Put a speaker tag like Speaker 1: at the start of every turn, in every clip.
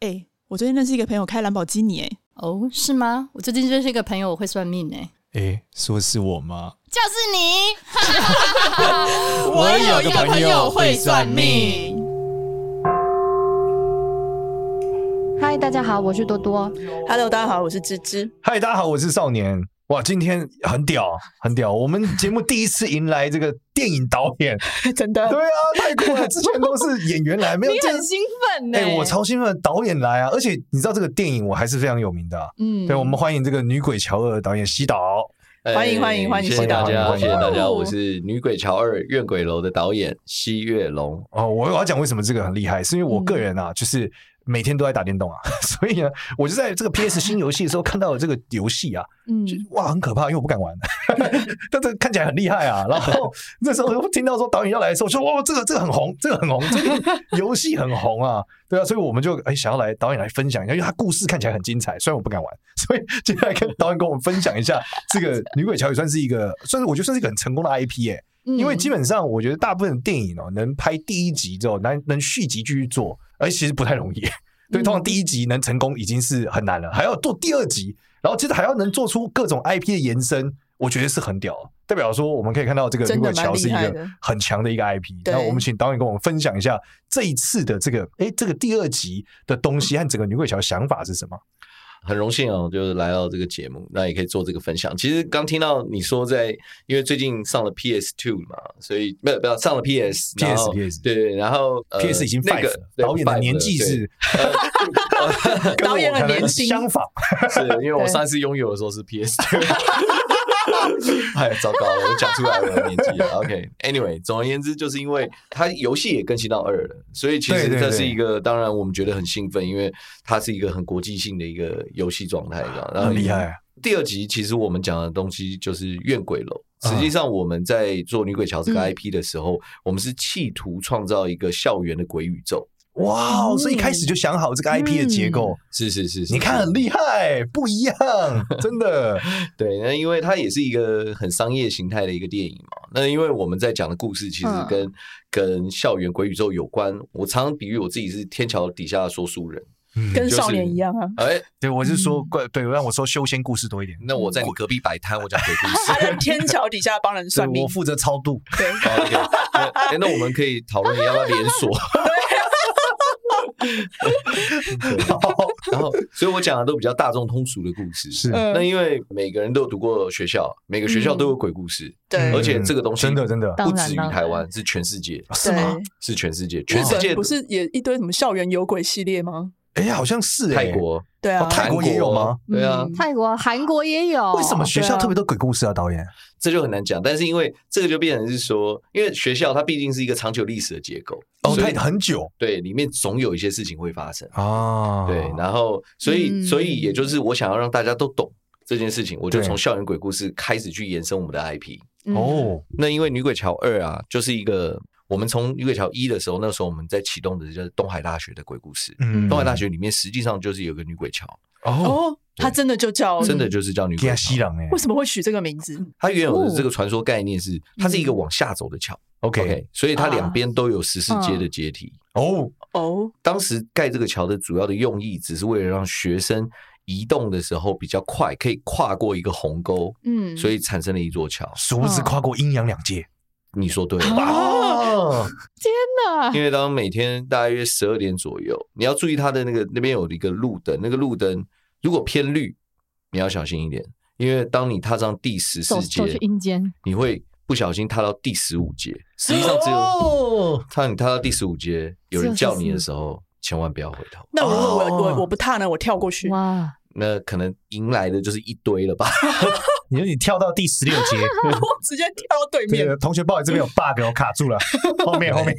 Speaker 1: 哎、我最近认识一个朋友开兰博基尼、哎，
Speaker 2: 哦，是吗？我最近认识一个朋友，我会算命哎、
Speaker 3: 诶，说是我吗？
Speaker 2: 就是你。
Speaker 3: 我有一个朋友会算命。
Speaker 4: 嗨，大家好，我是多多。
Speaker 1: Hello，大家好，我是芝芝。
Speaker 3: 嗨，大家好，我是少年。哇，今天很屌，很屌！我们节目第一次迎来这个电影导 演，
Speaker 1: 真
Speaker 3: 对
Speaker 1: 的，
Speaker 3: 啊，太酷了！之前都是演 员来，没有
Speaker 1: 你
Speaker 3: 这
Speaker 1: 很兴奋欸呢、
Speaker 3: 哎、我超兴奋的，导演来啊！而且你知道这个电影我还是非常有名的、啊，
Speaker 2: 嗯
Speaker 3: 对，我们欢迎这个《女鬼乔二》的导演西岛。
Speaker 1: 欢迎
Speaker 5: 哎
Speaker 1: 欢迎欢迎
Speaker 5: 谢
Speaker 3: 西
Speaker 5: 谢
Speaker 3: 岛
Speaker 5: 大家，
Speaker 3: 欢迎
Speaker 5: 谢谢大家，
Speaker 1: 哦
Speaker 5: 我是《女鬼桥二怨鬼楼》的导演西月龙。
Speaker 3: 哦，我我要讲为什么这个很厉害，是因为我个人啊，就是每天都在打电动啊， 所以呢，我就在这个 PS 新游戏的时候看到了这个游戏啊，
Speaker 2: 嗯
Speaker 3: 就哇，很可怕，因为我不敢玩，但这个看起来很厉害啊。然后那时候我听到说导演要来的时候，我说哇，这个这个很红，这个很红，这个游戏很红啊，对啊，所以我们就哎想要来导演来分享一下，因为他故事看起来很精彩，虽然我不敢玩，所以接下来跟导演跟我们分享一下这个《女鬼桥》也算是一个，算是我觉得算是一个很成功的 IP 耶、
Speaker 1: 嗯
Speaker 3: 因为基本上我觉得大部分的电影哦，能拍第一集之后，能能续集继续做，而其实不太容易。对，
Speaker 1: 嗯
Speaker 3: 通常第一集能成功已经是很难了，还要做第二集，然后接着还要能做出各种 IP 的延伸，我觉得是很屌的。代表说，我们可以看到这个《
Speaker 1: 真
Speaker 3: 如
Speaker 1: 的
Speaker 3: 果桥》是一
Speaker 1: 蛮厉害
Speaker 3: 个
Speaker 1: 的
Speaker 3: 很强的一个 IP。
Speaker 1: 对
Speaker 3: 那我们请导演跟我们分享一下这一次的这个，哎，这个第二集的东西和整个《女鬼桥》想法是什么？
Speaker 5: 很荣幸哦，就是来到这个节目，那也可以做这个分享。其实刚听到你说在，因为最近上了 PS Two 嘛，所以没有没有上了 PS
Speaker 3: PS
Speaker 5: 然后
Speaker 3: PS
Speaker 5: 对对，然后、呃
Speaker 3: PS 已经 five
Speaker 5: 那个
Speaker 3: 了导演的年纪 是跟
Speaker 1: 导演
Speaker 3: 我可
Speaker 1: 很
Speaker 3: 能
Speaker 1: 年轻
Speaker 3: 相仿，
Speaker 5: 对 five 了是因为我
Speaker 1: 对
Speaker 5: 上次拥有的时候是 PS Two。哎，糟糕了，我讲出来我的年纪了。OK，Anyway，、总而言之，就是因为它游戏也更新到二了，所以其
Speaker 3: 对
Speaker 5: 实
Speaker 3: 对
Speaker 5: 这是
Speaker 3: 对
Speaker 5: 一个，当然我们觉得很兴奋，因为它是一个很国际性的一个游戏状态，这样然后
Speaker 3: 很厉害啊。
Speaker 5: 第二集其实我们讲的东西就是怨鬼楼。
Speaker 3: 啊
Speaker 5: 实际上，我们在做《女鬼桥》这个
Speaker 1: 嗯
Speaker 5: IP 的时候，我们是企图创造一个校园的鬼宇宙。
Speaker 3: 哇哦！所以一开始就想好这个 IP 的结构，
Speaker 5: 是是是是，
Speaker 3: 你看很厉害，不一 样，真的。
Speaker 5: 对，那因为它也是一个很商业形态的一个电影嘛。那因为我们在讲的故事其实
Speaker 2: 嗯
Speaker 5: 跟、跟校园鬼宇宙有关。我常常比喻我自己是天桥底下的说书人。
Speaker 1: 跟
Speaker 5: 就是
Speaker 1: 少年一样啊。
Speaker 5: 哎，
Speaker 3: 对，我是说，怪对，让我说修仙故事多一点。
Speaker 5: 那我在你隔壁摆摊，我讲鬼故事
Speaker 1: 他。在天桥底下帮人算
Speaker 3: 对
Speaker 1: 命
Speaker 3: 我，负责超度。
Speaker 1: 对，
Speaker 5: 好，OK 那哎那我们可以讨论要不要连锁。然后，所以我讲的都比较大众通俗的故 事。
Speaker 3: 是
Speaker 5: 那
Speaker 1: 嗯，
Speaker 5: 因为每个人都有读过学校，每个学校都有鬼故事，
Speaker 1: 对，
Speaker 5: 而且这个东西
Speaker 3: 真的真的
Speaker 5: 不止于
Speaker 2: 嗯当然
Speaker 5: 台湾，是全世界，
Speaker 3: 是吗？
Speaker 1: 对，
Speaker 5: 是全世界，
Speaker 1: 日
Speaker 5: 全世界
Speaker 1: 本不是也一堆什么校园有鬼系列吗？
Speaker 3: 哎，好像是哎
Speaker 5: 泰国、
Speaker 1: 对啊
Speaker 3: 哦，泰国也有吗？
Speaker 5: 对啊，
Speaker 1: 嗯
Speaker 2: 泰国、韩国也有。
Speaker 3: 为什
Speaker 5: 哦
Speaker 3: 么学校特
Speaker 2: 别？
Speaker 3: 别多鬼故事啊？导演，
Speaker 5: 这就很难讲。但是因为这个就变成是说，因为学校它毕竟是一个长久历史的结构，
Speaker 3: 哦，
Speaker 5: 所
Speaker 3: 泰
Speaker 5: 以
Speaker 3: 很久
Speaker 5: 对里面总有一些事情会发生。
Speaker 3: 啊。
Speaker 5: 对，然后所以
Speaker 2: 嗯
Speaker 5: 所以也就是我想要让大家都懂这件事情，我就
Speaker 3: 对
Speaker 5: 从校园鬼故事开始去延伸我们的 IP。
Speaker 2: 嗯，
Speaker 3: 哦，
Speaker 5: 那因为《女鬼桥二》啊，就是一个我们从《女鬼桥一》的时候，那时候我们在启动的就是东海大学的鬼故事。
Speaker 3: 嗯
Speaker 5: 东海大学里面实际上就是有个女鬼桥，
Speaker 3: 哦，
Speaker 1: 哦，他真的就叫
Speaker 5: 真的就是叫女
Speaker 3: 给
Speaker 5: 鬼
Speaker 3: 他
Speaker 5: 桥
Speaker 3: 西。朗哎
Speaker 1: 为什么会取这个名字？
Speaker 5: 它原
Speaker 2: 哦
Speaker 5: 有的这个传说概念是，它
Speaker 2: 嗯
Speaker 5: 是一个往下走的桥。
Speaker 3: ，OK，
Speaker 5: OK，所以
Speaker 2: 哦
Speaker 5: 它
Speaker 2: 啊
Speaker 5: 两边都有十四阶
Speaker 2: 嗯
Speaker 5: 的阶梯。
Speaker 3: 哦，
Speaker 1: 哦，
Speaker 5: 当时盖这个桥的主要的用意，只是为了让学生移动的时候比较快，可以跨过一个鸿沟，
Speaker 2: 嗯
Speaker 5: 所以产生了一座桥。
Speaker 3: 殊不知跨过阴阳两界
Speaker 5: 你说对了。
Speaker 1: 啊
Speaker 3: 哦，
Speaker 2: 那
Speaker 5: 因为当每天大约十二点左右，你要注意它的那个那边有一个路灯，那个路灯如果偏绿，你要小心一点，因为当你踏上第十四
Speaker 2: 走走去
Speaker 5: 节，
Speaker 2: 阴间。
Speaker 5: 你会不小心踏到第十五节。实际上 只
Speaker 3: 哦
Speaker 5: 有当你踏到第十五节，有人叫你的时候，千万不要回头，
Speaker 1: 那如果我
Speaker 3: 哦
Speaker 1: 我我不踏呢？我跳过去，
Speaker 2: 哇，
Speaker 5: 那可能迎来的就是一堆了吧。
Speaker 3: 你说你跳到第十六 节，
Speaker 1: 我直接跳到对
Speaker 3: 这
Speaker 1: 面。
Speaker 3: 个同学不好意思，这边有 bug，我卡 住了，后面后面，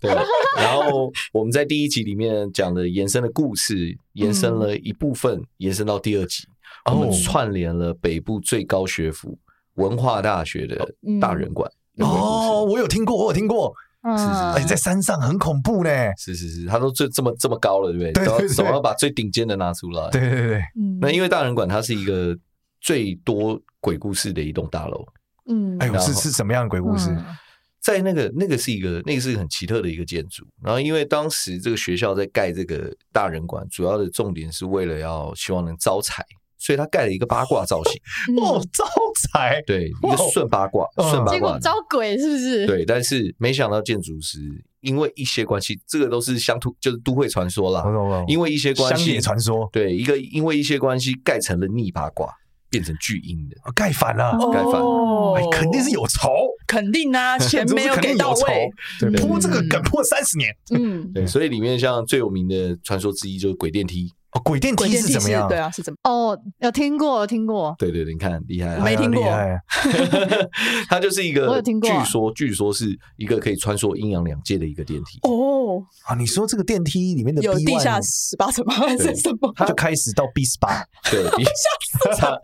Speaker 5: 对，然后我们在第一集里面讲的延伸的故事，延伸了一部分，延伸到第二集，
Speaker 3: 嗯哦
Speaker 5: 我们串联了北部最高学府文化大学的大人馆。人
Speaker 3: 嗯
Speaker 5: 鬼
Speaker 3: 哦，
Speaker 5: 故
Speaker 3: 我有听过，我有听过，哎
Speaker 2: 嗯
Speaker 5: 哎
Speaker 3: 而且在山上很恐怖呢。
Speaker 5: 事是是是，他都这这么这么高了，对不对？
Speaker 3: 对对对
Speaker 5: 总要总要把最顶尖的拿出来。
Speaker 3: 对，对对，
Speaker 2: 嗯
Speaker 5: 那因为大人馆它是一个最多鬼故事的一栋大楼，
Speaker 2: 嗯
Speaker 3: 哎呦，
Speaker 5: 然后
Speaker 4: 嗯
Speaker 3: 是是什么样的鬼故事？
Speaker 2: 嗯
Speaker 5: 在那个那个是一个那个是一个很奇特的一个建筑。然后因为当时这个学校在盖这个大人馆，主要的重点是为了要希望能招财，所以他盖了一个八卦造 型，
Speaker 3: 哦，招财，
Speaker 5: 对，一个顺八卦，
Speaker 3: 嗯
Speaker 5: 顺八
Speaker 2: 结果
Speaker 5: 卦。
Speaker 2: 招鬼是不是？
Speaker 5: 对，但是没想到建筑师因为一些关系，这个都是乡土，就是都会传说啦
Speaker 3: 我。懂我懂
Speaker 5: 因为一些关
Speaker 3: 嗯乡
Speaker 5: 系
Speaker 3: 野，传说
Speaker 5: 对一个因为一些关系盖成了逆八卦，变成巨婴的。
Speaker 3: 啊盖反了，
Speaker 5: 盖饭
Speaker 1: 哦
Speaker 3: 哎肯定是有仇，
Speaker 1: 肯定 啊，钱没有
Speaker 3: 肯
Speaker 1: 给
Speaker 3: 定
Speaker 1: 到
Speaker 3: 有仇
Speaker 1: 位，，
Speaker 3: 对，
Speaker 2: 嗯
Speaker 3: 铺这个梗铺了三十年。
Speaker 2: 嗯，
Speaker 5: 对，所以里面像最有名的传说之一就是鬼电梯。
Speaker 3: 哦，鬼电
Speaker 1: 鬼
Speaker 3: 梯
Speaker 1: 电
Speaker 3: 是
Speaker 1: 梯
Speaker 3: 怎么
Speaker 1: 是
Speaker 3: 样？
Speaker 1: 对啊，是怎么？
Speaker 4: 哦，有听过，有听过，
Speaker 5: 对对对，你看厉害啊，
Speaker 1: 没
Speaker 3: 哎呀
Speaker 1: 听过
Speaker 3: 厉害
Speaker 5: 它就是一
Speaker 4: 我
Speaker 5: 个，
Speaker 4: 有听过啊
Speaker 5: 据说据说是一个可以穿梭阴阳两界的一个电梯。
Speaker 1: 哦，
Speaker 3: 啊！你说这个电梯里面的
Speaker 1: 有
Speaker 3: B
Speaker 1: 地
Speaker 3: one，
Speaker 1: 下十八层吗？还是什么？
Speaker 3: 它就开始到 B 十八，
Speaker 5: 对，比它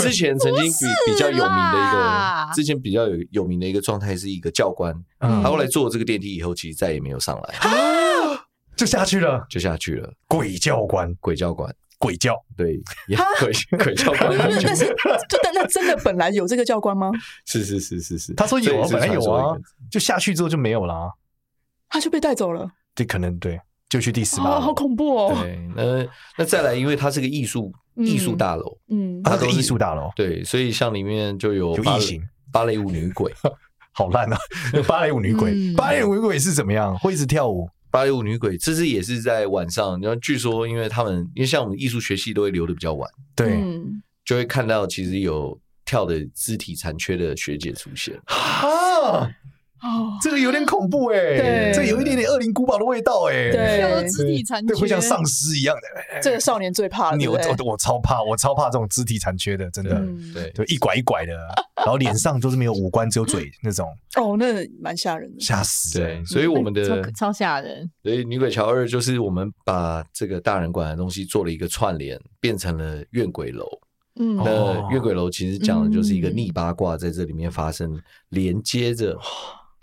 Speaker 5: 之前曾经比比较有名的一
Speaker 4: 啦
Speaker 5: 个，之前比较有有名的一个状态是一个教官，
Speaker 3: 嗯
Speaker 5: 他后来坐这个电梯以后，其实再也没有上来，
Speaker 3: 就下去了。
Speaker 5: 就下去了。
Speaker 3: 鬼教官，
Speaker 5: 鬼教官，
Speaker 3: 鬼教，
Speaker 5: 对，也鬼鬼教官，
Speaker 1: 不是，但是就但那真的本来有这个教官吗？
Speaker 5: 是是是是是，
Speaker 3: 他说有啊，
Speaker 5: 这
Speaker 3: 本
Speaker 5: 也是
Speaker 3: 来有
Speaker 5: 传说
Speaker 3: 啊
Speaker 5: 的一个，
Speaker 3: 就下去之后就没有啦。
Speaker 1: 他就被带走了，
Speaker 3: 这可能对，就去第十八
Speaker 1: 啊，好恐怖哦！
Speaker 5: 对，那那再来，因为它是个艺术艺术大楼，
Speaker 2: 嗯，
Speaker 3: 它啊
Speaker 5: 它
Speaker 3: 是
Speaker 5: 都
Speaker 3: 个
Speaker 5: 是
Speaker 3: 艺术大楼，
Speaker 5: 对，所以像里面就有
Speaker 3: 有
Speaker 5: 芭
Speaker 3: 异形
Speaker 5: 芭蕾舞女鬼，
Speaker 3: 好烂啊！芭蕾舞女鬼，
Speaker 2: 嗯
Speaker 3: 芭蕾舞女鬼是怎么样？会一直跳舞？
Speaker 5: 芭蕾舞女鬼，这是也是在晚上。然后据说，因为他们因为像我们艺术学系都会留的比较晚，
Speaker 3: 对，
Speaker 2: 嗯
Speaker 5: 就会看到其实有跳的肢体残缺的学姐出现。
Speaker 3: 哈，
Speaker 1: 哦，
Speaker 3: 这个有点恐怖哎，
Speaker 1: 对
Speaker 3: 这有一点点恶灵古堡的味道哎，
Speaker 1: 对
Speaker 2: 跳肢体残缺，
Speaker 3: 对，会像丧尸一样的。哎
Speaker 1: 这个少年最怕了，
Speaker 3: 你
Speaker 1: 对不
Speaker 3: 我
Speaker 1: 啊对
Speaker 3: 我我超怕，我超怕这种肢体残缺的，真的。
Speaker 2: 嗯
Speaker 5: 对，
Speaker 3: 就一拐一拐的，啊然后脸上都是没有五官，只有嘴那种，
Speaker 1: 哦，那蛮吓人的。
Speaker 3: 吓死人
Speaker 5: 对，！所以我们的
Speaker 2: 超超吓人，
Speaker 5: 所以女鬼桥二就是我们把这个大人馆的东西做了一个串联，变成了怨鬼楼。
Speaker 2: 嗯
Speaker 3: 哦
Speaker 5: 那怨鬼楼其实讲的就是一个逆八卦在这里面发生，连接着
Speaker 2: 嗯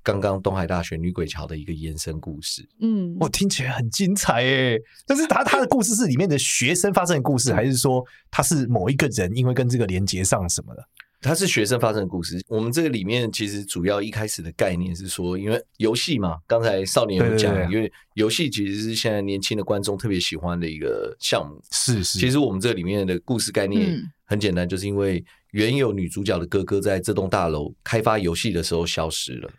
Speaker 5: 刚刚东海大学女鬼桥的一个延伸故事。
Speaker 2: 嗯，
Speaker 3: 我听起来很精彩耶！但是他他的故事是里面的学生发生的故事，还是说他是某一个人因为跟这个连接上什么的？
Speaker 5: 它是学生发生的故事。我们这个里面其实主要一开始的概念是说，因为游戏嘛，刚才少年有讲，
Speaker 3: 对对对
Speaker 5: 因为游戏其实是现在年轻的观众特别喜欢的一个项目。
Speaker 3: 是是，
Speaker 5: 其实我们这里面的故事概念
Speaker 2: 嗯
Speaker 5: 很简单，就是因为原有女主角的哥哥在这栋大楼开发游戏的时候消失了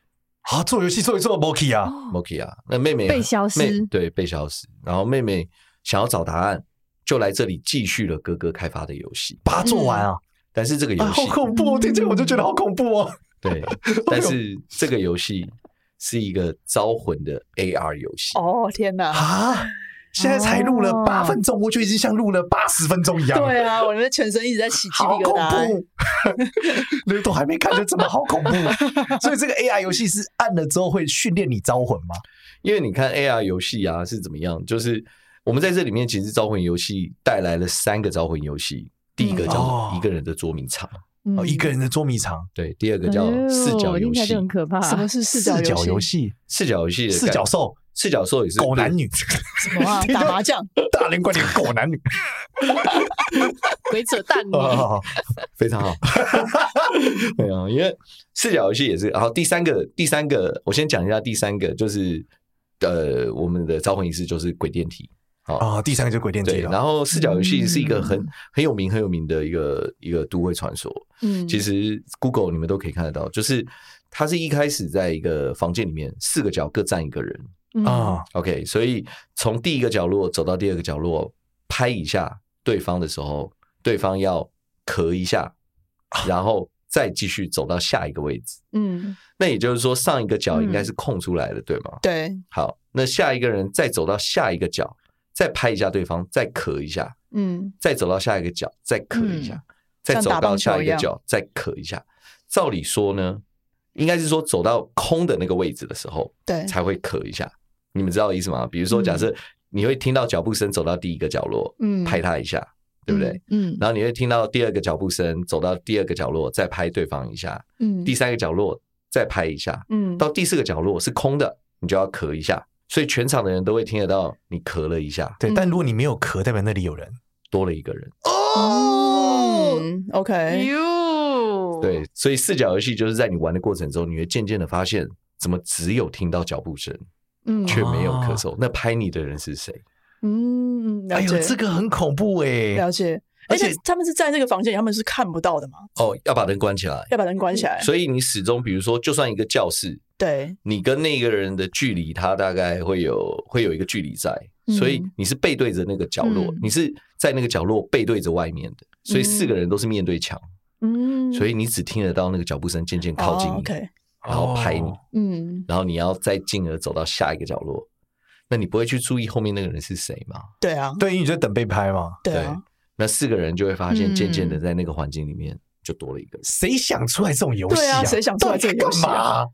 Speaker 3: 啊，做游戏做一做 Moki 啊，
Speaker 5: ，Mokia，那妹妹
Speaker 2: 哦被消失
Speaker 5: 妹对，被消失。然后妹妹想要找答案，就来这里继续了哥哥开发的游戏。
Speaker 3: 把它做完啊，
Speaker 5: 但是这个游
Speaker 3: 啊，好
Speaker 5: 戏，
Speaker 2: 哦
Speaker 3: 恐怖！我听起来我就觉得好恐怖哦。
Speaker 5: 对，但是这个游戏是一个招魂的 AR 游戏，
Speaker 1: 哦，天哪！
Speaker 3: 啊，现在才录了
Speaker 2: 哦
Speaker 3: 八分钟，我就已经像录了八十分钟一样，，
Speaker 1: 对啊，我那全身一直在起鸡皮
Speaker 3: 好
Speaker 1: 疙
Speaker 3: 恐
Speaker 1: 瘩。
Speaker 3: 怖！人都还没看就这么好恐怖，所以这个 AI 游戏是按了之后会训练你招魂吗？
Speaker 5: 因为你看 AR 游戏啊是怎么样，就是我们在这里面其实招魂游戏带来了三个招魂游戏，第一个
Speaker 2: 嗯
Speaker 5: 叫
Speaker 3: 哦
Speaker 5: 做一个人的捉迷藏，
Speaker 3: 哦，一个人的捉迷藏、
Speaker 5: 对，第二个叫
Speaker 2: 哎呦
Speaker 5: 视角游
Speaker 2: 听起来
Speaker 5: 戏
Speaker 2: 就，很可怕，
Speaker 1: 什么是视
Speaker 3: 四
Speaker 1: 角
Speaker 3: 啊角游
Speaker 1: 游？
Speaker 3: 戏、
Speaker 5: 视角游戏的概
Speaker 3: 四角兽、
Speaker 5: 视角兽也是
Speaker 3: 狗男女、
Speaker 1: 什么啊？打麻 将？
Speaker 3: 大龄观点狗男女，
Speaker 2: 鬼扯淡你，
Speaker 3: 哦
Speaker 5: 非常好，对啊，因为视角游戏也是。然后第三个，第三个，我先讲一下第三个，就是呃，我们的招魂仪式就是鬼电梯。
Speaker 3: 啊，第三个就是鬼电梯
Speaker 5: 对，
Speaker 3: 了。
Speaker 5: 然后嗯视角游戏是一个很、很有名很有名的一个一个都会传说。
Speaker 2: 嗯，
Speaker 5: 其实 Google 你们都可以看得到，就是它是一开始在一个房间里面，四个角各站一个人。
Speaker 2: 嗯，
Speaker 3: 啊，
Speaker 5: OK，所以从第一个角落走到第二个角落，拍一下对方的时候，对方要咳一下，然后再继续走到下一个位置。
Speaker 2: 嗯，
Speaker 5: 那也就是说，上一个角应该是空出来的，对吗？
Speaker 1: 对，
Speaker 5: 好，那下一个人再走到下一个角，再拍一下对方，再咳一下，
Speaker 2: 嗯，
Speaker 5: 再走到下一个角，再咳一下，再
Speaker 1: 嗯像
Speaker 5: 走
Speaker 1: 打
Speaker 5: 到
Speaker 1: 棒
Speaker 5: 下
Speaker 1: 球
Speaker 5: 一
Speaker 1: 一
Speaker 5: 个
Speaker 1: 样
Speaker 5: 角，再咳一下。照理说呢，应该是说走到空的那个位置的时候，
Speaker 1: 对
Speaker 5: 才会咳一下。你们知道我意思吗？比
Speaker 1: 嗯
Speaker 5: 如说，假设你会听到脚步声走到第一个角落，
Speaker 2: 嗯
Speaker 5: 拍他一下，对不对？
Speaker 2: 嗯？嗯
Speaker 5: 然后你会听到第二个脚步声走到第二个角落，再拍对方一下，
Speaker 2: 嗯，
Speaker 5: 第三个角落再拍一下，
Speaker 2: 嗯，
Speaker 5: 到第四个角落是空的，你就要咳一下。所以全场的人都会听得到你咳了一下，
Speaker 3: 对，但如果你没有咳，代表那里有人。哦
Speaker 5: 多了一个人。
Speaker 3: 哎
Speaker 1: 嗯，OK，
Speaker 2: 哟，
Speaker 1: 哦，
Speaker 5: 对，所以视角游戏就是在你玩的过程中，你会渐渐的发现，怎么只有听到脚步声，
Speaker 4: 嗯
Speaker 5: 却没有咳嗽？那拍你的人是谁？
Speaker 1: 嗯，了
Speaker 3: 哎
Speaker 1: 解
Speaker 3: 呦，，这个很恐怖哎、
Speaker 1: 了解。
Speaker 3: 而
Speaker 1: 而
Speaker 3: 且
Speaker 1: 且他们是在那个房间里，他们是看不到的嘛，
Speaker 5: 哦，要把灯关起来。
Speaker 1: 要把灯关起来。
Speaker 5: 所以你始终，比如说，就算一个教室，
Speaker 1: 对，
Speaker 5: 你跟那个人的距离，他大概会有会有一个距离在，所以
Speaker 4: 嗯
Speaker 5: 你是背对着那个角落
Speaker 4: 嗯，
Speaker 5: 你是在那个角落背对着外面的，所以四个人都是面对墙，
Speaker 4: 嗯
Speaker 5: 所以你只听得到那个脚步声渐渐靠近
Speaker 1: 哦
Speaker 5: 你，
Speaker 1: OK，
Speaker 5: 然后拍你
Speaker 3: 哦，
Speaker 4: 嗯
Speaker 5: 然后你要再进而走到下一个角落，那你不会去注意后面那个人是谁吗？
Speaker 1: 对啊，
Speaker 3: 对，因为你就在等被拍嘛。
Speaker 1: 对啊，
Speaker 5: 那四个人就会发现，
Speaker 2: 嗯
Speaker 5: 渐渐的在那个环境里面就多了一个人，
Speaker 3: 谁想出来这种游戏、
Speaker 1: 对
Speaker 3: 啊，
Speaker 1: 啊，谁想出来这个游戏
Speaker 3: 干嘛
Speaker 1: 啊？
Speaker 3: 啊？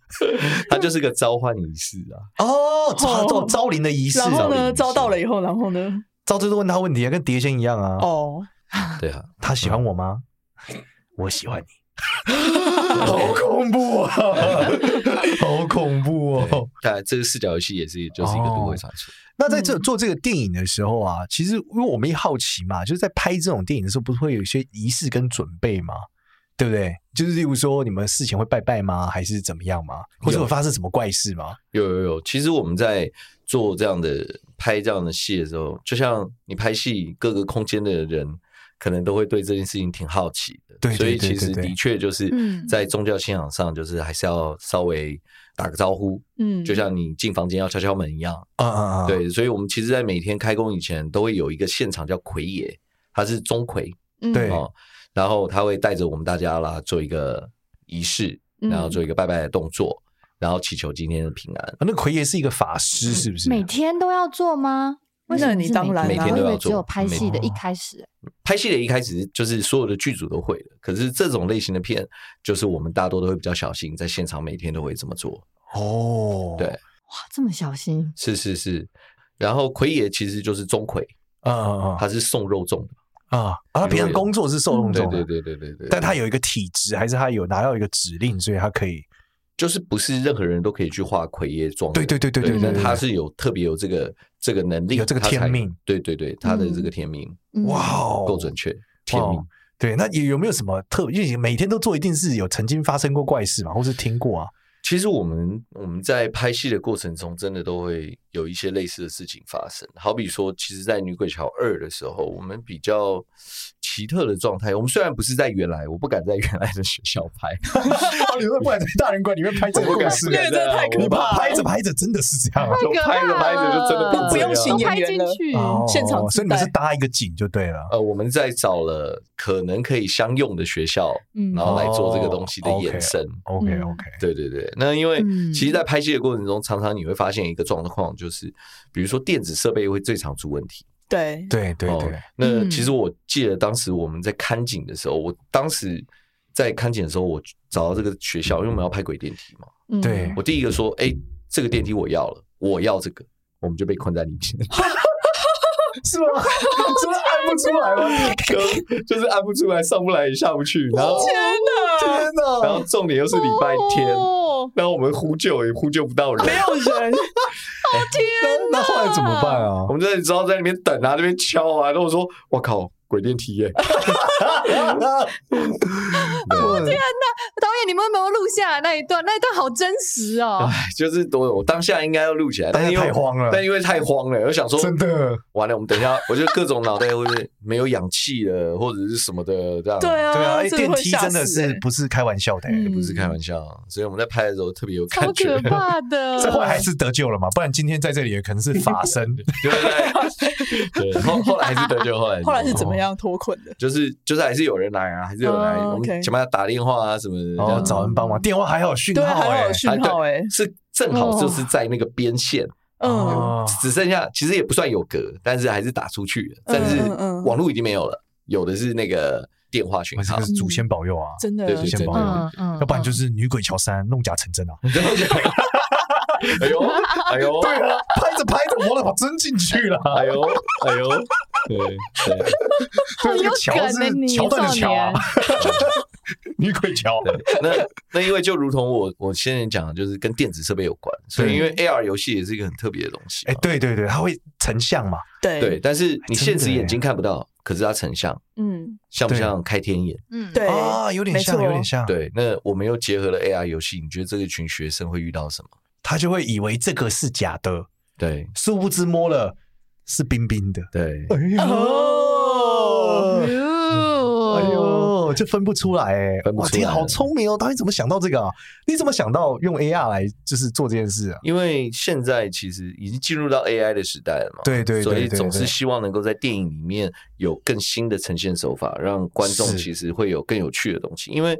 Speaker 5: 它就是个召唤仪式啊。
Speaker 3: 哦，招这种
Speaker 1: 哦
Speaker 3: 招灵的仪式，
Speaker 1: 然后
Speaker 5: 找你
Speaker 1: 呢，
Speaker 5: 们
Speaker 1: 遭到
Speaker 5: 是
Speaker 1: 了以后，然后呢？
Speaker 3: 招这都问他问题啊，跟碟仙一样啊。哦，
Speaker 1: 哦，
Speaker 5: 对啊，
Speaker 3: 他喜欢我吗？我喜欢你。 好恐怖啊！ 好恐怖
Speaker 5: 对
Speaker 3: 哦！，
Speaker 5: 当然这个视角游戏也是就是一个都会传说。
Speaker 3: 那在这做这个电影的时候啊，其实因为我们也好奇嘛，就是在拍这种电影的时候，不是会有一些仪式跟准备吗？对不对？就是例如说，你们事前会拜拜吗？还是怎么样吗？或者
Speaker 5: 有
Speaker 3: 会发生什么怪事吗？
Speaker 5: 有有有，其实我们在做这样的拍这样的戏的时候，就像你拍戏，各个空间的人可能都会对这件事情挺好奇的。
Speaker 3: 对对
Speaker 5: 所以
Speaker 3: 对
Speaker 5: 其实
Speaker 3: 对对
Speaker 5: 的确就是
Speaker 4: 嗯
Speaker 5: 在宗教信仰上，就是还是要稍微打个招呼，
Speaker 4: 嗯
Speaker 5: 就像你进房间要敲敲门一样。
Speaker 3: 啊啊啊！
Speaker 5: 对，所以我们其实，在每天开工以前，都会有一个现场叫魁爷，他是钟馗
Speaker 3: 对
Speaker 5: 哦，然后他会带着我们大家啦做一个仪式，然
Speaker 4: 嗯
Speaker 5: 后做一个拜拜的动作，然后祈求今天的平安。
Speaker 3: 啊那奎爷是一个法师，是不是？
Speaker 4: 每天都要做吗？为什
Speaker 1: 那
Speaker 4: 么
Speaker 1: 你
Speaker 4: 是
Speaker 1: 当然
Speaker 4: 每
Speaker 1: 啦
Speaker 4: 我以
Speaker 5: 每天都
Speaker 4: 为
Speaker 5: 要做
Speaker 4: 只有拍戏的
Speaker 3: 每
Speaker 4: 一开始，
Speaker 5: 拍戏的一开始就是所有的剧组都会的，可是这种类型的片，就是我们大多都会比较小心，在现场每天都会这么做。
Speaker 3: 哦，
Speaker 5: 对
Speaker 4: 哇，这么小心，
Speaker 5: 是是是，然后魁爷其实就是钟馗，
Speaker 3: 啊啊
Speaker 5: 他是送肉粽的。
Speaker 3: 啊啊！他平常工作是受众
Speaker 5: 对
Speaker 3: 众
Speaker 5: 对
Speaker 3: 的，
Speaker 5: 对对对对，
Speaker 3: 但他有一个体质，还是他有拿到一个指令，所以他可以
Speaker 5: 就是不是任何人都可以去画奎爷妆的。
Speaker 3: 对对对对
Speaker 5: 对
Speaker 3: 对对
Speaker 5: 但
Speaker 3: 对
Speaker 5: 他是有特别有这个这个能力，
Speaker 3: 有这个
Speaker 5: 他才
Speaker 3: 天命。
Speaker 5: 对对对，他的这个天命
Speaker 4: 嗯
Speaker 3: 哇，哦，
Speaker 5: 够准确，天
Speaker 3: 哇
Speaker 5: 命
Speaker 3: 哦。对，那有有没有什么特别？因为每天都做，一定是有曾经发生过怪事嘛，或是听过啊？
Speaker 5: 其实我们我们在拍戏的过程中，真的都会有一些类似的事情发生。好比说，其实，在《女鬼桥二》的时候，我们比较奇特的状态。我们虽然不是在原来，我不敢在原来的学校 拍，
Speaker 3: 啊，你会不然在大人馆里面拍这个
Speaker 5: 我不
Speaker 3: 故
Speaker 5: 敢
Speaker 3: 事啊
Speaker 5: 不，敢
Speaker 1: 这个
Speaker 5: 在
Speaker 1: 太可
Speaker 3: 你
Speaker 1: 怕
Speaker 3: 把
Speaker 1: 了
Speaker 3: 拍着拍着真的是这样啊。
Speaker 5: 就拍着拍着就真的变
Speaker 1: 不用
Speaker 5: 这
Speaker 1: 请
Speaker 5: 样
Speaker 1: 演
Speaker 4: 都拍
Speaker 1: 员
Speaker 4: 进
Speaker 1: 了
Speaker 4: 去，
Speaker 3: 哦
Speaker 1: 现场自带
Speaker 3: 所以你们是搭一个景就对了。
Speaker 5: 呃，我们在找了可能可以相用的学校，
Speaker 4: 嗯
Speaker 5: 然后来做这个东西的
Speaker 3: 哦，OK
Speaker 5: 延伸。
Speaker 3: OK
Speaker 4: 嗯
Speaker 3: OK，
Speaker 5: 对对对，那因为
Speaker 4: 嗯
Speaker 5: 其实，在拍戏的过程中，常常你会发现一个状况，就是比如说电子设备会最常出问题。
Speaker 1: 对，
Speaker 3: 对对
Speaker 5: 哦
Speaker 3: 对，
Speaker 5: 那
Speaker 4: 嗯
Speaker 5: 其实我记得当时我们在看景的时候，我当时在看景的时候，我找到这个学校，因为我们要拍鬼电梯嘛，
Speaker 4: 嗯
Speaker 3: 对
Speaker 5: 我第一个说，哎，这个电梯我要了，我要这个，我们就被困在里面。
Speaker 3: 是吗？ 真的按不出来吗？
Speaker 5: 就就是按不出来，上不来也下不去，然后
Speaker 3: 天哪！
Speaker 5: 然后重点又是礼拜天，
Speaker 2: 哦
Speaker 5: 然后我们呼救也呼救不到人，
Speaker 1: 没有人，
Speaker 3: 那那后来怎么办啊
Speaker 5: 我？们在你知道在那边等啊，那边敲啊，然后我说我靠，鬼电梯耶、
Speaker 3: 对
Speaker 4: 导演，你们有没有录下来那一段？那一段好真实哦，
Speaker 5: 哎，就是我我当下应该要录起来，
Speaker 3: 但
Speaker 5: 但
Speaker 3: 是
Speaker 5: 因为
Speaker 3: 太慌了
Speaker 5: 但因为太慌了，我想说
Speaker 3: 真的。
Speaker 5: 完了，我们等一下，我就各种脑袋会不会没有氧气了，或者是什么的这样，
Speaker 1: 对，啊，
Speaker 3: 对啊，哎
Speaker 1: 这个
Speaker 3: 电
Speaker 1: 会
Speaker 3: 梯
Speaker 1: 吓
Speaker 3: 真的
Speaker 1: 死欸
Speaker 3: 是不是开玩笑的欸？
Speaker 4: 嗯
Speaker 5: 哎不是开玩笑，所以我们在拍的时候特别有
Speaker 4: 超
Speaker 5: 感觉
Speaker 4: 可，怕 的，
Speaker 3: 这后来还是得救了嘛？不然今天在这里也可能是法身。
Speaker 5: 对 对对，对后后来还是得救，后来
Speaker 1: 后来是
Speaker 5: 得救
Speaker 1: 怎么样脱困的？
Speaker 5: 就是就是还是有人来啊，还是有人来，
Speaker 1: 哦
Speaker 5: 我们
Speaker 1: OK
Speaker 5: 想办法打电话啊什么的，
Speaker 3: 然后
Speaker 5: 这样
Speaker 3: 哦找人帮忙，电话还好讯
Speaker 1: 嗯对，
Speaker 3: 号
Speaker 1: 还
Speaker 3: 哎
Speaker 1: 好有。讯号哎，
Speaker 5: 啊是正好
Speaker 1: 哦
Speaker 5: 就是在那个边线，
Speaker 1: 嗯，
Speaker 3: 哦
Speaker 5: 只剩下其实也不算有隔，但是还是打出去了，
Speaker 1: 嗯
Speaker 5: 但是
Speaker 1: 嗯嗯
Speaker 5: 网络已经没有了，有的是那个电话讯
Speaker 3: 我这
Speaker 5: 号
Speaker 3: 个。是祖先保佑啊，
Speaker 1: 真的
Speaker 5: 对对对，
Speaker 3: 先保佑
Speaker 5: 对
Speaker 4: 嗯嗯，
Speaker 3: 要不然就是女鬼桥山弄假成真
Speaker 1: 嗯
Speaker 3: 啊。
Speaker 5: 哎呦，哎呦，
Speaker 3: 对啊，拍着拍着，我把真进去 了。
Speaker 5: 哎呦，哎呦，对对
Speaker 3: 对啊，这
Speaker 4: 有
Speaker 3: 个桥
Speaker 4: 梗
Speaker 3: 是
Speaker 4: 欸你
Speaker 3: 桥段的
Speaker 4: 少
Speaker 3: 桥啊
Speaker 4: 年，
Speaker 3: 女鬼桥。
Speaker 5: 对， 那那因为就如同我我先前讲，的，就是跟电子设备有关，所以因为 AR 游戏也是一个很特别的东西嘛。
Speaker 3: 哎哎，对对对，它会成像嘛？欸
Speaker 1: 对
Speaker 5: 对，但是你现实眼睛看不到，可是它成像，
Speaker 4: 嗯，
Speaker 5: 像不
Speaker 3: 对
Speaker 5: 像开天眼？
Speaker 2: 嗯，
Speaker 1: 对
Speaker 3: 啊，有点像，
Speaker 1: 没错
Speaker 3: 有点像，，
Speaker 5: 对，那我们又结合了 AI 游戏，你觉得这个群学生会遇到什么？
Speaker 3: 他就会以为这个是假的，
Speaker 5: 对
Speaker 3: 殊不知摸了是冰冰的。
Speaker 5: 对，
Speaker 3: 哎呦，哎
Speaker 2: 哟，
Speaker 3: 呦，这分不出来哎、
Speaker 5: 分不
Speaker 3: 哇
Speaker 5: 出来
Speaker 3: 天啊，好聪明哦！导演怎么想到这个啊？你怎么想到用 AR 来就是做这件事啊？
Speaker 5: 因为现在其实已经进入到 AI 的时代了嘛，
Speaker 3: 对对对
Speaker 5: 所以
Speaker 3: 对
Speaker 5: 总是
Speaker 3: 对
Speaker 5: 希望能够在电影里面有更新的呈现手法，让观众
Speaker 3: 是
Speaker 5: 其实会有更有趣的东西。因为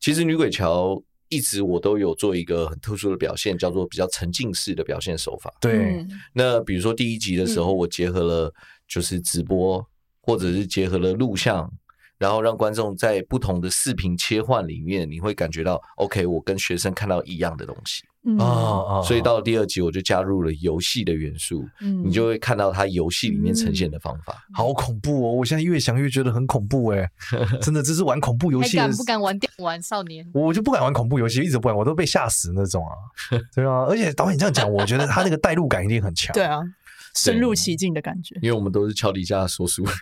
Speaker 5: 其实《女鬼桥》一直我都有做一个很特殊的表现，叫做比较沉浸式的表现手法。
Speaker 3: 对，
Speaker 2: 嗯
Speaker 5: 那比如说第一集的时候，我结合了就是直播，或者是结合了录像，然后让观众在不同的视频切换里面，你会感觉到 OK，我跟学生看到一样的东西。
Speaker 4: 嗯
Speaker 3: 啊啊、
Speaker 5: 所以到了第二集，我就加入了游戏的元素，
Speaker 2: 嗯
Speaker 5: 你就会看到它游戏里面呈现的方法。
Speaker 3: 好恐怖哦！我现在越想越觉得很恐怖 哎、真的，这是玩恐怖游
Speaker 2: 还
Speaker 3: 戏的
Speaker 2: 敢不敢玩电玩少年？
Speaker 3: 我就不敢玩恐怖游戏，一直不敢，我都被吓死那种啊，对啊。而且导演这样讲，我觉得他那个代入感一定很强。
Speaker 1: 对啊，深入其境的感觉。
Speaker 5: 因为我们都是桥底下的说书人，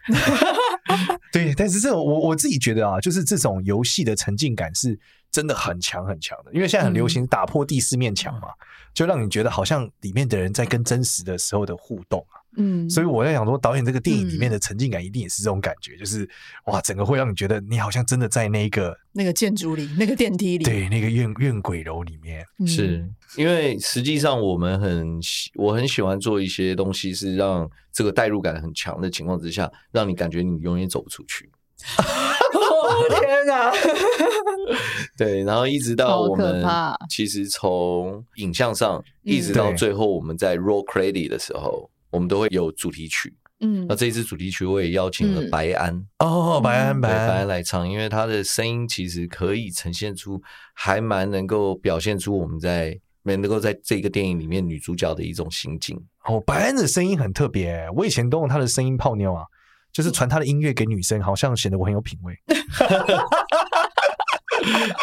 Speaker 3: 对，但是这种我我自己觉得啊，就是这种游戏的沉浸感是真的很强很强的，因为现在很流行打破第四面墙嘛，就让你觉得好像里面的人在跟真实的时候的互动啊。
Speaker 1: 嗯，
Speaker 3: 所以我在想说，导演这个电影里面
Speaker 2: 嗯
Speaker 3: 的沉浸感一定也是这种感觉，就是哇，整个会让你觉得你好像真的在那个
Speaker 1: 那个建筑里，那个电梯里，
Speaker 3: 对那个怨怨鬼楼里面。
Speaker 1: 嗯，
Speaker 5: 因为实际上我们很喜，我很喜欢做一些东西，是让这个代入感很强的情况之下，让你感觉你永远走不出去。
Speaker 1: 哦 天哪，
Speaker 5: 对，然后一直到
Speaker 2: 好
Speaker 5: 我们
Speaker 2: 可怕嗯
Speaker 5: 其实从影像上一直到
Speaker 3: 对
Speaker 5: 最后我们在 roll credit 的时候，我们都会有主题曲。
Speaker 4: 嗯
Speaker 5: 那这一次主题曲我也邀请了
Speaker 2: 嗯
Speaker 5: 白安。
Speaker 3: 哦，白安
Speaker 5: 嗯对
Speaker 3: 白
Speaker 5: 白
Speaker 3: 安
Speaker 5: 安，来唱，因为他的声音其实可以呈现出，还蛮能够表现出我们在能够在这个电影里面女主角的一种心 境。
Speaker 3: 哦，白安的声音很特别、欸我以前都用他的声音泡妞啊，就是传他的音乐给女生，好像显得我很有品味。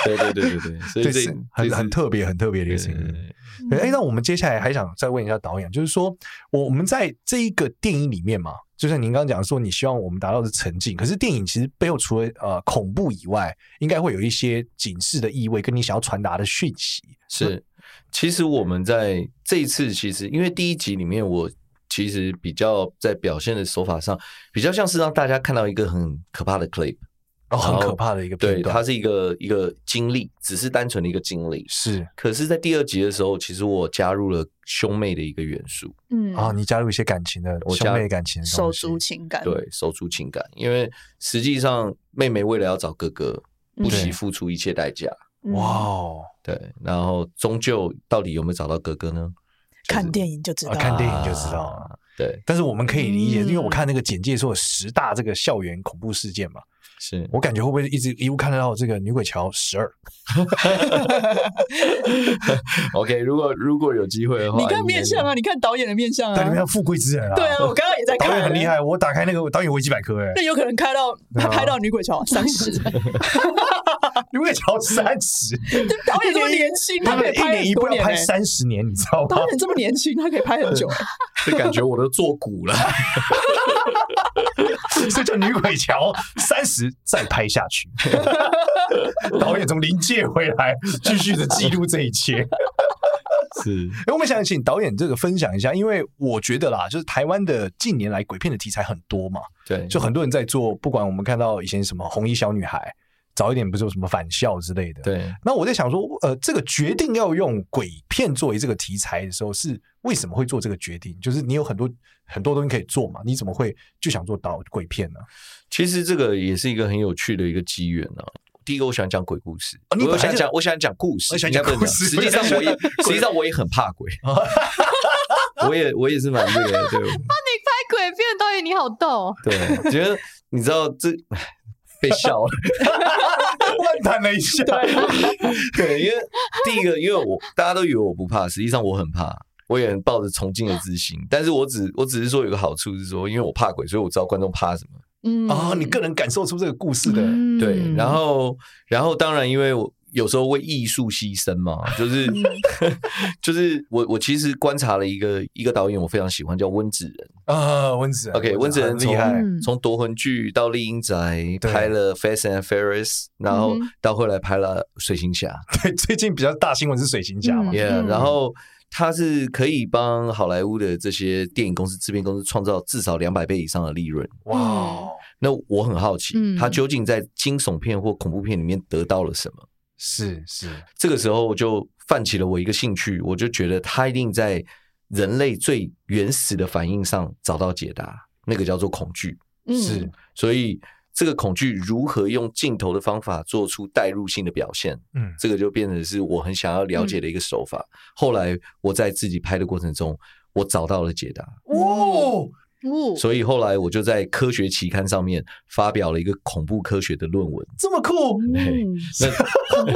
Speaker 5: 对对对对对，所以
Speaker 3: 对，
Speaker 5: 这
Speaker 3: 是很很特别、很特别的一个声音。对，哎，那我们接下来还想再问一下导演，就是说，我我们在这一个电影里面嘛，就像您刚刚讲说，你希望我们达到的沉浸，可是电影其实背后除了呃恐怖以外，应该会有一些警示的意味，跟你想要传达的讯息。嗯
Speaker 5: 是，其实我们在这一次，其实因为第一集里面，我其实比较在表现的手法上，比较像是让大家看到一个很可怕的 clip，
Speaker 3: 然后哦
Speaker 5: 然
Speaker 3: 很
Speaker 5: 后
Speaker 3: 可怕的一个片
Speaker 5: 哦对，
Speaker 3: 段
Speaker 5: 它是一个一个经历，只是单纯的一个经历。
Speaker 3: 是
Speaker 5: 可是，在第二集的时候，其实我加入了兄妹的一个元素，
Speaker 4: 嗯
Speaker 3: 啊，你加入一些感情的
Speaker 5: 我加
Speaker 3: 兄妹感情的
Speaker 1: 手
Speaker 3: 东西
Speaker 1: 足嗯情感，
Speaker 5: 对，手足情感。因为实际上，妹妹为了要找哥哥，不
Speaker 3: 嗯
Speaker 5: 惜
Speaker 3: 对
Speaker 5: 付出一切代价。
Speaker 1: 嗯
Speaker 3: 哇哦，
Speaker 5: 对，然后终究到底有没有找到哥哥呢？
Speaker 1: 看电影就知道，
Speaker 3: 啊看电影就知道了
Speaker 5: 啊。对，
Speaker 3: 但是我们可以理解，
Speaker 2: 嗯
Speaker 3: 因为我看那个简介说有十大这个校园恐怖事件嘛，
Speaker 5: 是
Speaker 3: 我感觉会不会一直一路看得到这个女鬼桥十二？
Speaker 5: OK。如果如果有机
Speaker 3: 哦
Speaker 5: 会的话，
Speaker 1: 你看
Speaker 5: 应该
Speaker 1: 面相啊，你看导演的面相
Speaker 3: 但里面
Speaker 1: 啊
Speaker 3: 有，富贵之人啊，
Speaker 1: 对啊，我刚刚也在
Speaker 3: 导
Speaker 1: 看，
Speaker 3: 演很厉，害，我打开那个导演维基百科、欸，
Speaker 1: 那有可能开到
Speaker 3: 对啊
Speaker 1: 他拍到女鬼 桥三十，
Speaker 3: 女鬼桥三十，
Speaker 1: 导演这么年轻，
Speaker 3: 他
Speaker 1: 他可以
Speaker 3: 们一
Speaker 1: 拍
Speaker 3: 年
Speaker 1: 很
Speaker 3: 一部
Speaker 1: 多
Speaker 3: 要拍
Speaker 1: 欸
Speaker 3: 三十年，你知道吗
Speaker 1: 导？演这么年轻，他可以拍很 久，
Speaker 5: 这感觉我都做古了。
Speaker 3: 所以叫女鬼桥三十再拍下去。导演从临界回来，继续的记录这一切。
Speaker 5: 是，
Speaker 3: 哎、我们想请导演这个分享一下，因为我觉得啦，就是台湾的近年来鬼片的题材很多嘛，
Speaker 5: 对，
Speaker 3: 就很多人在做，不管我们看到以前什么红衣小女孩，早一点不是有什么返校之类的。。
Speaker 5: 对。
Speaker 3: 那我在想说，呃，这个决定要用鬼片作为这个题材的时候，是为什么会做这个决定？就是你有很多很多东西可以做嘛，你怎么会就想做导鬼片呢？
Speaker 5: 其实这个也是一个很有趣的一个机缘啊。第一个，我喜欢讲鬼故事，
Speaker 3: 哦你本
Speaker 5: 我
Speaker 3: 来
Speaker 5: 喜欢
Speaker 3: 就
Speaker 5: 讲，我喜欢讲故事，
Speaker 3: 我喜欢讲
Speaker 5: 应该不能
Speaker 3: 故事
Speaker 5: 实际上我也，实际上我也很怕鬼，
Speaker 3: 哦
Speaker 5: 我也我也是蛮那个，对
Speaker 4: 拍鬼片导演你好逗，
Speaker 5: 对，觉得你知道这被笑了，
Speaker 3: 乱谈了一下，
Speaker 5: 对，因为第一个，因为我大家都以为我不怕，实际上我很怕，我也抱着崇敬的之心，但是我只我只是说有个好处是说，因为我怕鬼，所以我知道观众怕什么。
Speaker 4: 嗯
Speaker 3: 啊、你个人感受出这个故事的，
Speaker 5: 对，然后然后当然因为我有时候为艺术牺牲嘛，就是
Speaker 4: 嗯
Speaker 5: 就是我我其实观察了一个一个导演，我非常喜欢叫温子仁。
Speaker 3: 啊，温子仁
Speaker 5: OK，温子仁
Speaker 3: 很厉害，
Speaker 4: 嗯
Speaker 5: 从夺魂剧到丽英宅，
Speaker 3: 对
Speaker 5: 拍了《Fast and Furious》，然后
Speaker 4: 嗯哼
Speaker 5: 到后来拍了《水行侠》
Speaker 3: 对，最近比较大新闻是水行侠嘛，
Speaker 5: ，Yeah，
Speaker 4: 嗯
Speaker 5: 然后。他是可以帮好莱坞的这些电影公司、制片公司创造至少两百倍以上的利润。
Speaker 3: 哇哦，
Speaker 5: 那我很好奇
Speaker 2: 嗯，
Speaker 5: 他究竟在惊悚片或恐怖片里面得到了什么？
Speaker 3: 是是，
Speaker 5: 这个时候就泛起了我一个兴趣，我就觉得他一定在人类最原始的反应上找到解答，那个叫做恐惧。
Speaker 4: 嗯
Speaker 3: 是，
Speaker 5: 所以这个恐惧如何用镜头的方法做出代入性的表现，
Speaker 3: 嗯，
Speaker 5: 这个就变成是我很想要了解的一个手法。后来我在自己拍的过程中，我找到了解答，
Speaker 3: 哇，
Speaker 2: 哦，
Speaker 5: 所以后来我就在科学期刊上面发表了一个恐怖科学的论文。
Speaker 3: 这么酷！
Speaker 5: 嘿
Speaker 2: 嗯，
Speaker 5: 那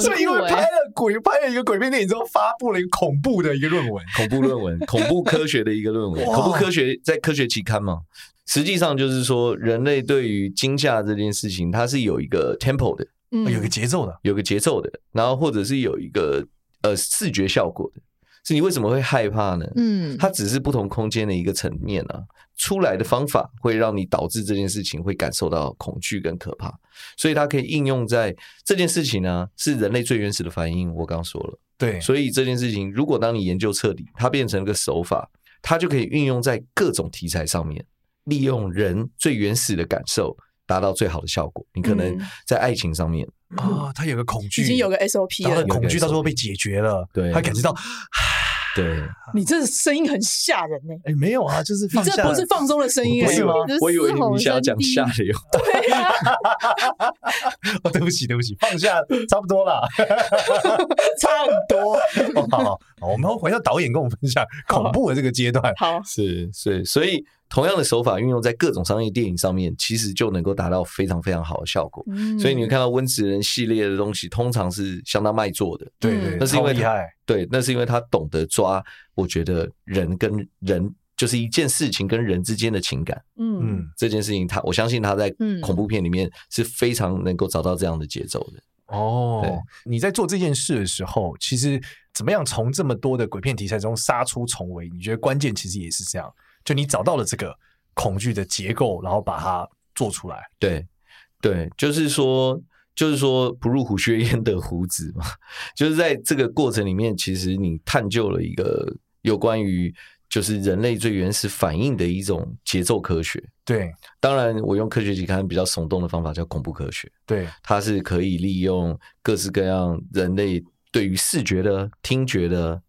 Speaker 3: 所以因为
Speaker 2: 很酷
Speaker 3: 拍
Speaker 2: 欸
Speaker 3: 了鬼拍了一个鬼片电影之后，发布了一个恐怖的一个论文，
Speaker 5: 恐怖论文，恐怖科学的一个论文，
Speaker 3: 哇
Speaker 5: 恐怖科学在科学期刊嘛。实际上就是说，人类对于惊吓这件事情，它是有一个 tempo 的，
Speaker 4: 嗯
Speaker 3: 有一个节奏的，
Speaker 5: 有个节奏的，然后或者是有一个呃视觉效果的。是你为什么会害怕呢？
Speaker 2: 嗯，
Speaker 5: 它只是不同空间的一个层面啊，出来的方法会让你导致这件事情会感受到恐惧跟可怕，所以它可以应用在这件事情呢、啊是人类最原始的反应。我刚说了。
Speaker 3: 对，
Speaker 5: 所以这件事情，如果当你研究彻底，它变成了个手法，它就可以运用在各种题材上面，利用人最原始的感受，达到最好的效果。你可能
Speaker 4: 嗯
Speaker 5: 在爱情上面，
Speaker 3: 啊，他有个恐惧，
Speaker 1: 已经有个 SOP
Speaker 3: 然后
Speaker 1: 了
Speaker 5: 有。个
Speaker 3: 恐惧到时候被解决了，
Speaker 5: 对
Speaker 3: 他感觉到
Speaker 5: 对，
Speaker 1: 你这声音很吓人呢、
Speaker 3: 哎没有啊，就是
Speaker 1: 你
Speaker 3: 放
Speaker 1: 这
Speaker 3: 下
Speaker 1: 不是
Speaker 3: 了
Speaker 1: 放松的声音、欸，
Speaker 5: 不是吗
Speaker 2: 我觉得？
Speaker 5: 我以为
Speaker 2: 嘶吼
Speaker 5: 你想要
Speaker 2: 声
Speaker 5: 讲
Speaker 2: 低
Speaker 5: 下流，
Speaker 3: 哦，对不起对不起，放下差不多啦。
Speaker 1: 差很多。
Speaker 3: 哦好，好好我们回到导演跟我们 分享恐怖的这个阶段，
Speaker 1: 好，
Speaker 5: 是是，所以同样的手法运用在各种商业电影上面，其实就能够达到非常非常好的效果。所以你会
Speaker 1: 嗯
Speaker 5: 看到温子仁系列的东西，通常是相当卖座的。
Speaker 3: 对对，
Speaker 5: 那是因为
Speaker 3: 嗯超厉害，
Speaker 5: 对，那是因为他懂得抓，我觉得人跟人就是一件事情跟人之间的情感
Speaker 1: 嗯，
Speaker 3: 嗯，
Speaker 5: 这件事情他，我相信他在
Speaker 2: 嗯
Speaker 5: 恐怖片里面是非常能够找到这样的节奏的。对
Speaker 3: 哦，你在做这件事的时候，其实怎么样从这么多的鬼片题材中杀出重围？你觉得关键其实也是这样，就你找到了这个恐惧的结构，然后把它做出来。
Speaker 5: 对，对，就是说，就是说，不入虎穴焉得虎子嘛。 就是在这个过程里面，其实你探究了一个有关于就是人类最原始反应的一种节奏科学。
Speaker 3: 对
Speaker 5: 当然，我用科学期刊比较耸动的方法叫恐怖科学。
Speaker 3: 对，
Speaker 5: 它是可以利用各式各样人类对于视觉的、听觉的的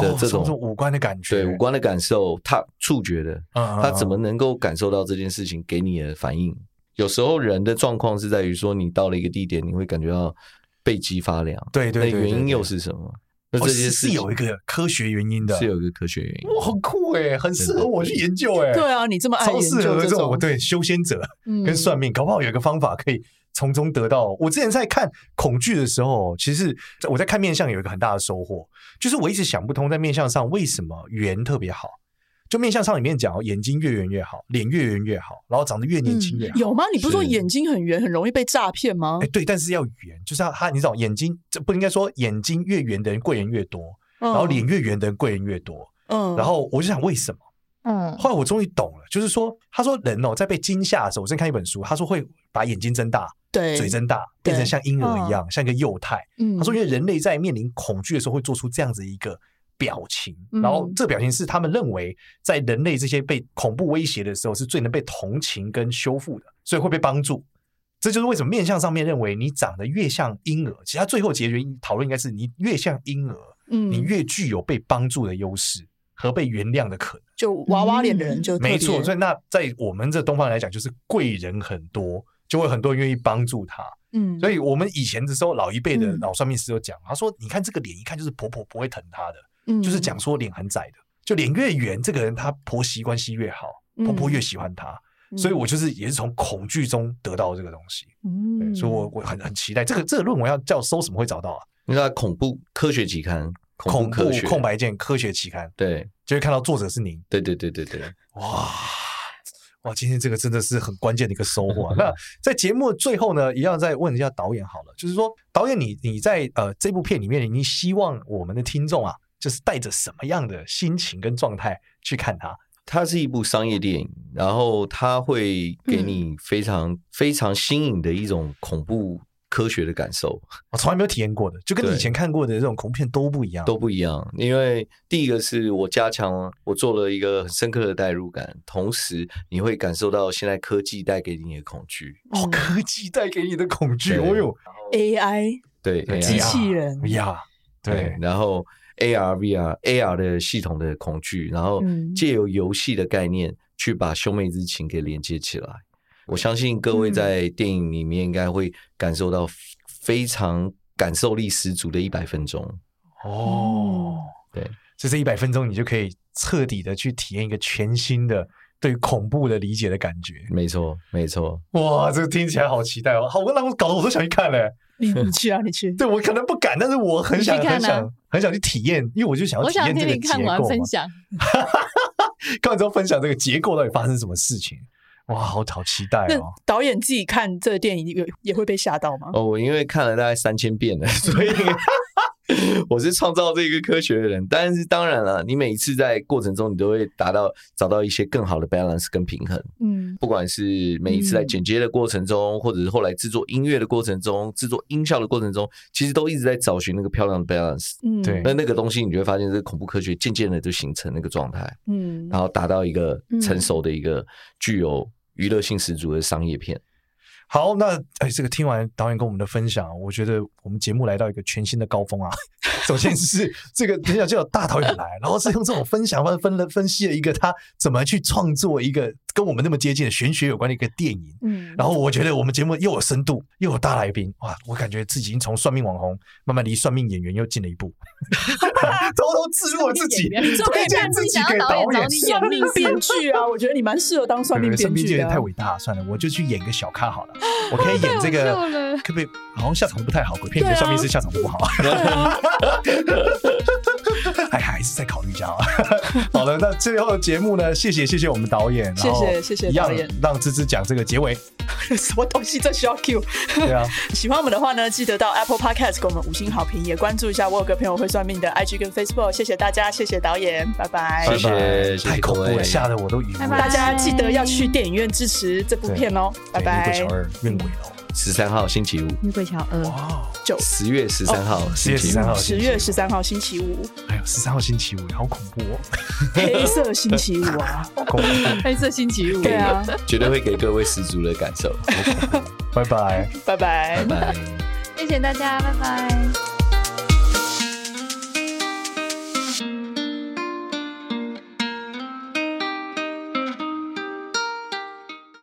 Speaker 3: 哦
Speaker 5: 这种、
Speaker 3: 从这种五官的感觉
Speaker 5: 对五官的感受，它触觉的，
Speaker 3: 嗯
Speaker 5: 它怎么能够感受到这件事情给你的反应？有时候人的状况是在于说，你到了一个地点，你会感觉到背脊发凉，
Speaker 3: 嗯对对对
Speaker 5: 那
Speaker 3: 对
Speaker 5: 原因
Speaker 3: 对
Speaker 5: 又是什么？那
Speaker 3: 哦
Speaker 5: 这些
Speaker 3: 是
Speaker 5: 事
Speaker 3: 是
Speaker 5: 情
Speaker 3: 有一个科学原因的，
Speaker 5: 是有一个科学原因。
Speaker 3: 哇，很酷哎，很适合我去研究哎，
Speaker 1: 对啊，你这么爱
Speaker 3: 超
Speaker 1: 研
Speaker 3: 适合
Speaker 1: 究
Speaker 3: 这种
Speaker 1: 种，
Speaker 3: 对修仙者
Speaker 2: 嗯
Speaker 3: 跟算命，搞不好有一个方法可以从中得到。我之前在看恐惧的时候，其实我在看面相有一个很大的收获，就是我一直想不通在面相上为什么圆特别好。就面相上里面讲哦，眼睛越圆越好，脸越圆越好，然后长得越年轻越好。
Speaker 1: 有吗？你不是说
Speaker 5: 是
Speaker 1: 眼睛很圆，很容易被诈骗吗
Speaker 3: 哎、？对，但是要圆，就是要他，你知道，眼睛这不应该说眼睛越圆的人贵人越多，
Speaker 1: 然
Speaker 3: 然后脸，越圆的人贵人越多。
Speaker 1: 嗯
Speaker 3: 然后我就想为什么？
Speaker 2: 嗯，
Speaker 3: 后来我终于懂了，就是说，他说人哦，在被惊吓的时候，我正看一本书，他说会把眼睛睁大，
Speaker 1: 对
Speaker 3: 嘴睁大，变成像婴儿一样，像一个幼态。
Speaker 2: 嗯
Speaker 3: 他说，因为人类在面临恐惧的时候，会做出这样子一个表情，
Speaker 2: 嗯
Speaker 3: 然后这表情是他们认为在人类这些被恐怖威胁的时候，是最能被同情跟修复的，所以会被帮助。这就是为什么面相上面认为你长得越像婴儿，其实他最后结局讨论应该是你越像婴儿，
Speaker 1: 嗯
Speaker 3: 你越具有被帮助的优势和被原谅的可能。
Speaker 1: 就娃娃脸的人呃就特别
Speaker 3: 嗯没错，所以那在我们这东方人来讲，就是贵人很多，就会很多人愿意帮助他。
Speaker 1: 嗯，
Speaker 3: 所以我们以前的时候，老一辈的
Speaker 1: 嗯
Speaker 3: 老算命师都讲，他说：“你看这个脸，一看就是婆婆不会疼她的，
Speaker 1: 以
Speaker 3: 就是讲说脸很窄的，就脸越圆，这个人她婆媳关系越好，婆
Speaker 1: 嗯
Speaker 3: 婆越喜欢她。”所以我就是也是从恐惧中得到这个东西，对
Speaker 1: 嗯
Speaker 3: 所以我我很很期待这个这个论文要叫搜什么会找到啊？
Speaker 5: 你看恐怖科学期刊，恐
Speaker 3: 恐
Speaker 5: 怖
Speaker 3: 怖
Speaker 5: 科学，
Speaker 3: 空白键科学期刊，
Speaker 5: 对
Speaker 3: 就会看到作者是您，
Speaker 5: 对对对对对，
Speaker 3: 哇！哇，今天这个真的是很关键的一个收 获、啊。那在节目最后呢，一样再问一下导演好了，就是说导演你你在呃这部片里面，你希望我们的听众啊，就是带着什么样的心情跟状态去看它？
Speaker 5: 它是一部商业电影，然后它会给
Speaker 3: 嗯
Speaker 5: 你非常、非常新颖的一种恐怖科学的感受，
Speaker 3: 我从来没有体验过的，就跟你
Speaker 5: 对
Speaker 3: 以前看过的这种恐怖片都不一样。
Speaker 5: 都不一样。因为第一个是我加强，我做了一个很深刻的代入感，同时你会感受到现在科技带给你的恐惧。
Speaker 3: 哦，
Speaker 1: 嗯
Speaker 3: 科 技带给你的恐惧，
Speaker 5: 对
Speaker 3: 哦哟，
Speaker 1: AI
Speaker 5: 对，
Speaker 3: 对
Speaker 5: AI
Speaker 1: 机器人
Speaker 3: 哎呀，对
Speaker 5: 对，，然后 AR、VR、AR 的系统的恐惧，然后
Speaker 1: 嗯
Speaker 5: 借由游戏的概念去把兄妹之情给连接起来。我相信各位
Speaker 4: 嗯
Speaker 5: 在电影里面应该会感受到非常感受力十足的一百分钟。
Speaker 3: 哦，
Speaker 5: 嗯对，
Speaker 3: 所以这一百分钟你就可以彻底的去体验一个全新的对于恐怖的理解的感觉。
Speaker 5: 没错，没错，
Speaker 3: 哇，这个听起来好期待哦！好，我让我搞得我都想去看嘞。
Speaker 1: 你你去啊，你 去。
Speaker 3: 对我可能不敢，但是我很想、
Speaker 4: 你去看啊
Speaker 3: 很想很想去体验，因为我就想要
Speaker 2: 我
Speaker 3: 体
Speaker 2: 想
Speaker 3: 验这
Speaker 2: 听
Speaker 3: 个
Speaker 2: 你
Speaker 3: 结
Speaker 2: 看完
Speaker 3: 构嘛
Speaker 2: 分。享，
Speaker 3: 看完之后分享这个结构到底发生什么事情。哇，好好期待
Speaker 1: 那
Speaker 3: 哦！
Speaker 1: 导演自己看这个电影有也会被吓到吗？
Speaker 5: 哦，我因为看了大概三千遍了，所以我是创造这个科学的人。但是当然了，你每一次在过程中，你都会达到找到一些更好的 balance 跟平衡。
Speaker 1: 嗯，
Speaker 5: 不管是每一次
Speaker 3: 嗯
Speaker 5: 在剪接的过程中，或者是后来制作音乐的过程中、制作音效的过程中，其实都一直在找寻那个漂亮的 balance。
Speaker 1: 嗯
Speaker 3: 对
Speaker 5: 那那个东西，你就会发现，这个恐怖科学渐渐的就形成那个状态，
Speaker 1: 嗯
Speaker 5: 然后达到一个
Speaker 3: 嗯
Speaker 5: 成熟的一个具有娱乐性十足的商业片。
Speaker 3: 好，那哎，这个听完导演跟我们的分享，我觉得我们节目来到一个全新的高峰啊！ 首先是这个等一下就有大导演来，然后是用这种分享方式分了分析了一个他怎么去创作一个跟我们那么接近的玄学有关的一个电影。
Speaker 1: 嗯
Speaker 3: 然后我觉得我们节目又有深度，又有大来宾，哇！我感觉自己已经从算命网红慢慢离算命演员又近了一步， 偷偷自入我自己，推荐自己给导 演。
Speaker 1: 算命编剧 啊，我觉得你蛮适合当算命
Speaker 3: 算
Speaker 1: 编
Speaker 3: 命
Speaker 1: 剧
Speaker 3: 演
Speaker 1: 的
Speaker 3: 员
Speaker 1: 啊。
Speaker 3: 太伟大了，算了，我就去演个小咖好了。我可以演 这
Speaker 4: 太
Speaker 3: 个
Speaker 4: 好笑了，
Speaker 3: 可不可以？好像下场不太好，鬼片里
Speaker 1: 对
Speaker 3: 面
Speaker 1: 啊
Speaker 3: 算命师下场都不好。哎， 还是再考虑一下啊。 好了，那最后的节目呢？谢谢谢谢我们导演，
Speaker 1: 谢谢
Speaker 3: 然后
Speaker 1: 谢谢
Speaker 3: 一样
Speaker 1: 导演
Speaker 3: 让芝芝讲这个结尾，
Speaker 1: 什么东西这需要 Q？
Speaker 3: 对啊。
Speaker 1: 喜欢我们的话呢，记得到 Apple Podcast 给我们五星好评，也关注一下我有个朋友会算命的 IG 跟 Facebook。谢谢大家，谢谢导演，拜拜。
Speaker 5: 谢谢
Speaker 3: 拜拜
Speaker 5: 谢谢
Speaker 3: 太恐怖
Speaker 5: 各
Speaker 3: 了，
Speaker 5: 位
Speaker 3: 吓得我都语无伦
Speaker 1: 大
Speaker 3: 次。
Speaker 1: 家记得要去电影院支持这部
Speaker 3: 对
Speaker 1: 片哦，拜拜。
Speaker 3: 女鬼小二怨鬼楼，
Speaker 5: 十三号星期五，
Speaker 4: 女鬼桥二，
Speaker 3: 哇哦，
Speaker 1: 九
Speaker 5: 十月十三号
Speaker 3: 十月哦十
Speaker 5: 星期五
Speaker 3: 三，号，
Speaker 1: 十月十，三号星期五，
Speaker 3: 还哎有十三号星期五，好恐怖哦，
Speaker 1: 黑色星期五啊，
Speaker 3: 恐怖，
Speaker 2: 黑色星期 五。
Speaker 1: 对啊，
Speaker 5: 绝对会给各位十足的感受。
Speaker 3: 拜拜。
Speaker 1: 拜
Speaker 5: 拜
Speaker 1: 拜。
Speaker 5: 拜。
Speaker 4: 谢谢大家，拜拜。